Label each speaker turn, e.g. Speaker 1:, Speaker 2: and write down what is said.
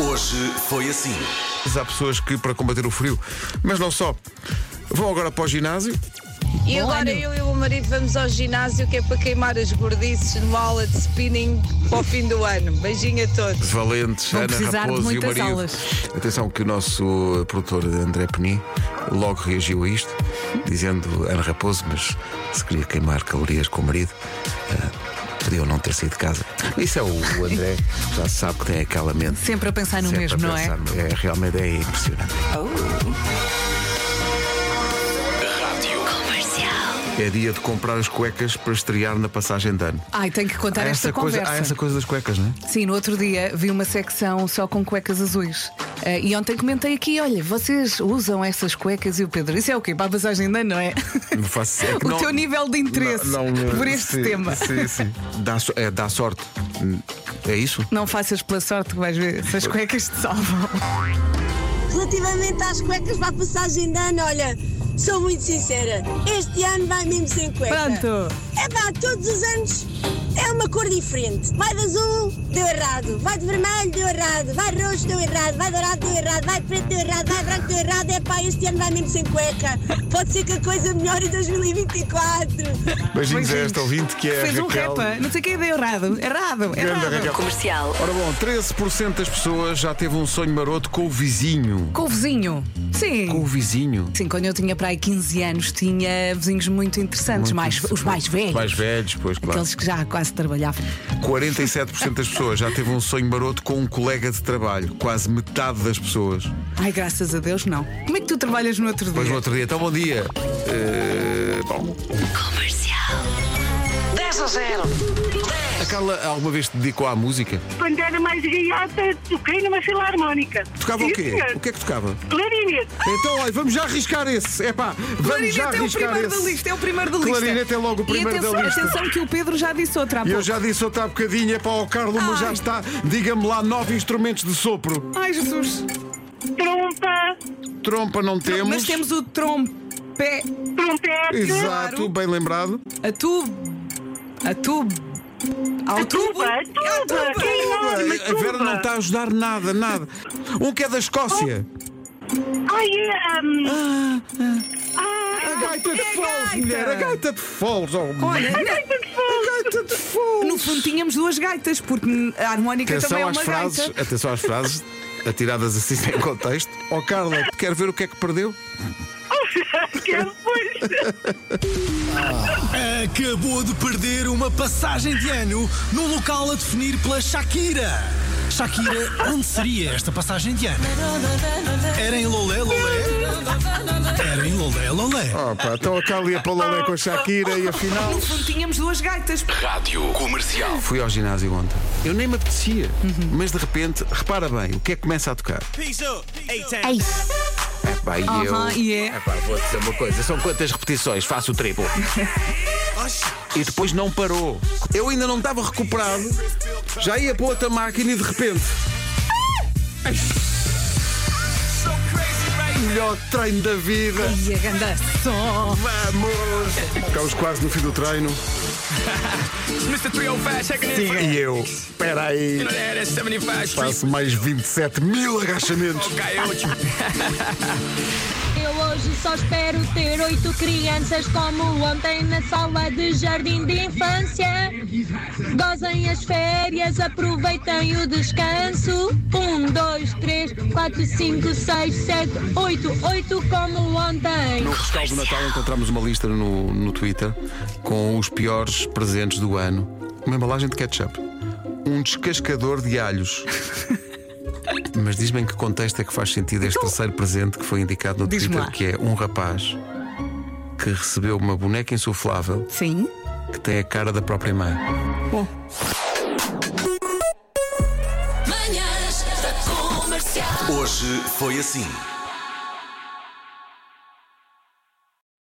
Speaker 1: Hoje foi assim.
Speaker 2: Mas Há pessoas que, para combater o frio, mas não só, vão agora para o ginásio.
Speaker 3: E agora eu e o meu marido vamos ao ginásio que é para queimar as gordices numa aula de spinning para o fim do ano. Beijinho a todos.
Speaker 2: Valentes,
Speaker 4: Vão
Speaker 2: Ana
Speaker 4: precisar de
Speaker 2: Raposo e o
Speaker 4: muitas
Speaker 2: marido.
Speaker 4: aulas.
Speaker 2: Atenção que o nosso produtor André Peni logo reagiu a isto, dizendo Ana Raposo, mas se queria queimar calorias com o marido, ah, podiam não ter saído de casa. Isso é o o André, já se sabe que tem aquela mente.
Speaker 4: Sempre a pensar no
Speaker 2: sempre a
Speaker 4: mesmo, não é?
Speaker 2: pensar no- é? Realmente é impressionante. É dia de comprar as cuecas para estrear na passagem de ano.
Speaker 4: Ai, tenho que contar
Speaker 2: há
Speaker 4: Tá, esta
Speaker 2: essa coisa,
Speaker 4: conversa.
Speaker 2: há essa coisa das cuecas, não é?
Speaker 4: Sim, no outro dia vi uma secção só com cuecas azuis. Eh, e ontem comentei aqui: olha, vocês usam essas cuecas e o Pedro. Isso é o quê? Para a passagem de ano, não é?
Speaker 2: Não faço- é que
Speaker 4: o
Speaker 2: não-
Speaker 4: teu nível de interesse
Speaker 2: Não- não-
Speaker 4: por este
Speaker 2: sim,
Speaker 4: tema.
Speaker 2: Sim, sim. Dá, so- é, dá sorte. É isso?
Speaker 4: Não faças pela sorte que vais ver se as cuecas te salvam.
Speaker 5: Relativamente às cuecas para a passagem de ano, olha, sou muito sincera. Este ano vai mesmo sem cueca.
Speaker 4: Pronto.
Speaker 5: É pá, todos os anos é uma cor diferente. Vai de azul, deu errado. Vai de vermelho, deu errado. Vai de roxo, deu errado. Vai de dourado, deu errado. Vai de preto, deu errado. Vai de branco, deu errado. É pá, este ano vai mesmo sem cueca. Pode ser que a coisa melhore em 2024.
Speaker 2: Beijinhos, a
Speaker 4: Beijinhos.
Speaker 2: esta ouvinte que é
Speaker 4: Fez
Speaker 2: a
Speaker 4: um
Speaker 2: Raquel.
Speaker 4: rapa, não sei o que deu errado. Errado,
Speaker 2: Grande
Speaker 4: errado.
Speaker 2: Raquel.
Speaker 6: Comercial.
Speaker 2: Ora bom, 13% das pessoas já teve um sonho maroto com o vizinho.
Speaker 4: Com o vizinho. Sim.
Speaker 2: Com o vizinho.
Speaker 4: Sim, quando eu tinha para aí 15 anos, tinha vizinhos muito interessantes,
Speaker 2: Muito
Speaker 4: mais,
Speaker 2: interessante.
Speaker 4: os mais velhos,
Speaker 2: Mais velhos, pois claro.
Speaker 4: aqueles que já quase trabalhavam.
Speaker 2: 47% das pessoas já teve um sonho maroto com um colega de trabalho. Quase metade das pessoas.
Speaker 4: Ai, graças a Deus, não. Como é que tu trabalhas no outro
Speaker 2: Depois
Speaker 4: dia?
Speaker 2: no outro dia, então bom dia. Eh, bom. Aquela alguma vez te dedicou à música?
Speaker 7: Quando era mais gaiata, toquei numa filarmónica.
Speaker 2: Tocava
Speaker 7: Sim,
Speaker 2: o quê?
Speaker 7: senhor.
Speaker 2: O que é que tocava?
Speaker 7: Clarinete.
Speaker 2: Então, olha, vamos já arriscar esse. É pá, vamos
Speaker 4: Clarinete
Speaker 2: já
Speaker 4: é o
Speaker 2: arriscar
Speaker 4: primeiro
Speaker 2: esse.
Speaker 4: da lista, é o primeiro da lista.
Speaker 2: Clarinete é logo o primeiro
Speaker 4: e atenção,
Speaker 2: da lista.
Speaker 4: atenção que o Pedro já disse outra há
Speaker 2: E eu
Speaker 4: pouco.
Speaker 2: já disse outra há bocadinho, é para o Carlos, mas já
Speaker 4: Ai.
Speaker 2: está, diga-me lá, nove instrumentos de sopro.
Speaker 4: Ai, Jesus.
Speaker 7: Trompa,
Speaker 2: Trompa não temos.
Speaker 4: Mas temos o trompé,
Speaker 7: trompete.
Speaker 2: Exato,
Speaker 4: Claro.
Speaker 2: bem lembrado.
Speaker 4: a tubo, a tubo, ao
Speaker 7: A
Speaker 4: tubo.
Speaker 7: tuba, a
Speaker 4: É ao
Speaker 7: tuba, que enorme
Speaker 2: a Vera
Speaker 7: tuba.
Speaker 2: não está a ajudar nada, nada. Um que é da Escócia.
Speaker 7: Ai, é. hum,
Speaker 2: Oh, a
Speaker 7: ah,
Speaker 2: gaita de
Speaker 4: é a
Speaker 2: foles,
Speaker 4: gaita.
Speaker 2: mulher, a gaita de foles. Oh,
Speaker 4: Olha,
Speaker 2: a gaita de foles.
Speaker 4: No fundo tínhamos duas gaitas, porque a harmónica também
Speaker 2: Atenção
Speaker 4: é
Speaker 2: às
Speaker 4: uma
Speaker 2: frases,
Speaker 4: gaita.
Speaker 2: atenção às frases atiradas assim sem contexto. Ó Carla, quer ver o que é que perdeu?
Speaker 7: que é depois.
Speaker 1: Acabou de perder uma passagem de ano num local a definir pela Shakira. Shakira, onde seria esta passagem de ano? Era em Lolé Lolé? Era em Lolé Lolé.
Speaker 2: Oh, pá, então a Carla ia para o Lolé com a Shakira e afinal.
Speaker 4: No fundo tínhamos duas gaitas.
Speaker 2: Fui ao ginásio ontem. Eu nem me apetecia,
Speaker 4: Uhum.
Speaker 2: mas de repente, repara bem, o que é que começa a tocar? É pá, e
Speaker 4: Aham,
Speaker 2: eu.
Speaker 4: e é.
Speaker 2: É pá, vou dizer uma coisa, são quantas repetições? Faço o triplo. E depois não parou. Eu ainda não estava recuperado, já ia para outra máquina e de repente. Ai. Melhor treino da vida.
Speaker 4: E a ganda som.
Speaker 2: Vamos! Ficámos quase no fim do treino. E eu, espera aí, faço mais 27 mil agachamentos.
Speaker 8: Eu hoje só espero ter oito crianças como ontem na sala de jardim de infância. Gozem as férias, aproveitem o descanso. Um, dois, três, quatro, cinco, seis, sete, oito, oito como ontem.
Speaker 2: No rescaldo do Natal encontramos uma lista no, no Twitter com os piores presentes do ano. Uma embalagem de ketchup. Um descascador de alhos. Mas diz-me em que contexto é que faz sentido este terceiro presente que foi indicado no
Speaker 4: Então, Diz-me
Speaker 2: Twitter,
Speaker 4: lá.
Speaker 2: que é um rapaz que recebeu uma boneca insuflável
Speaker 4: Sim.
Speaker 2: que tem a cara da própria mãe.
Speaker 1: Hoje foi assim.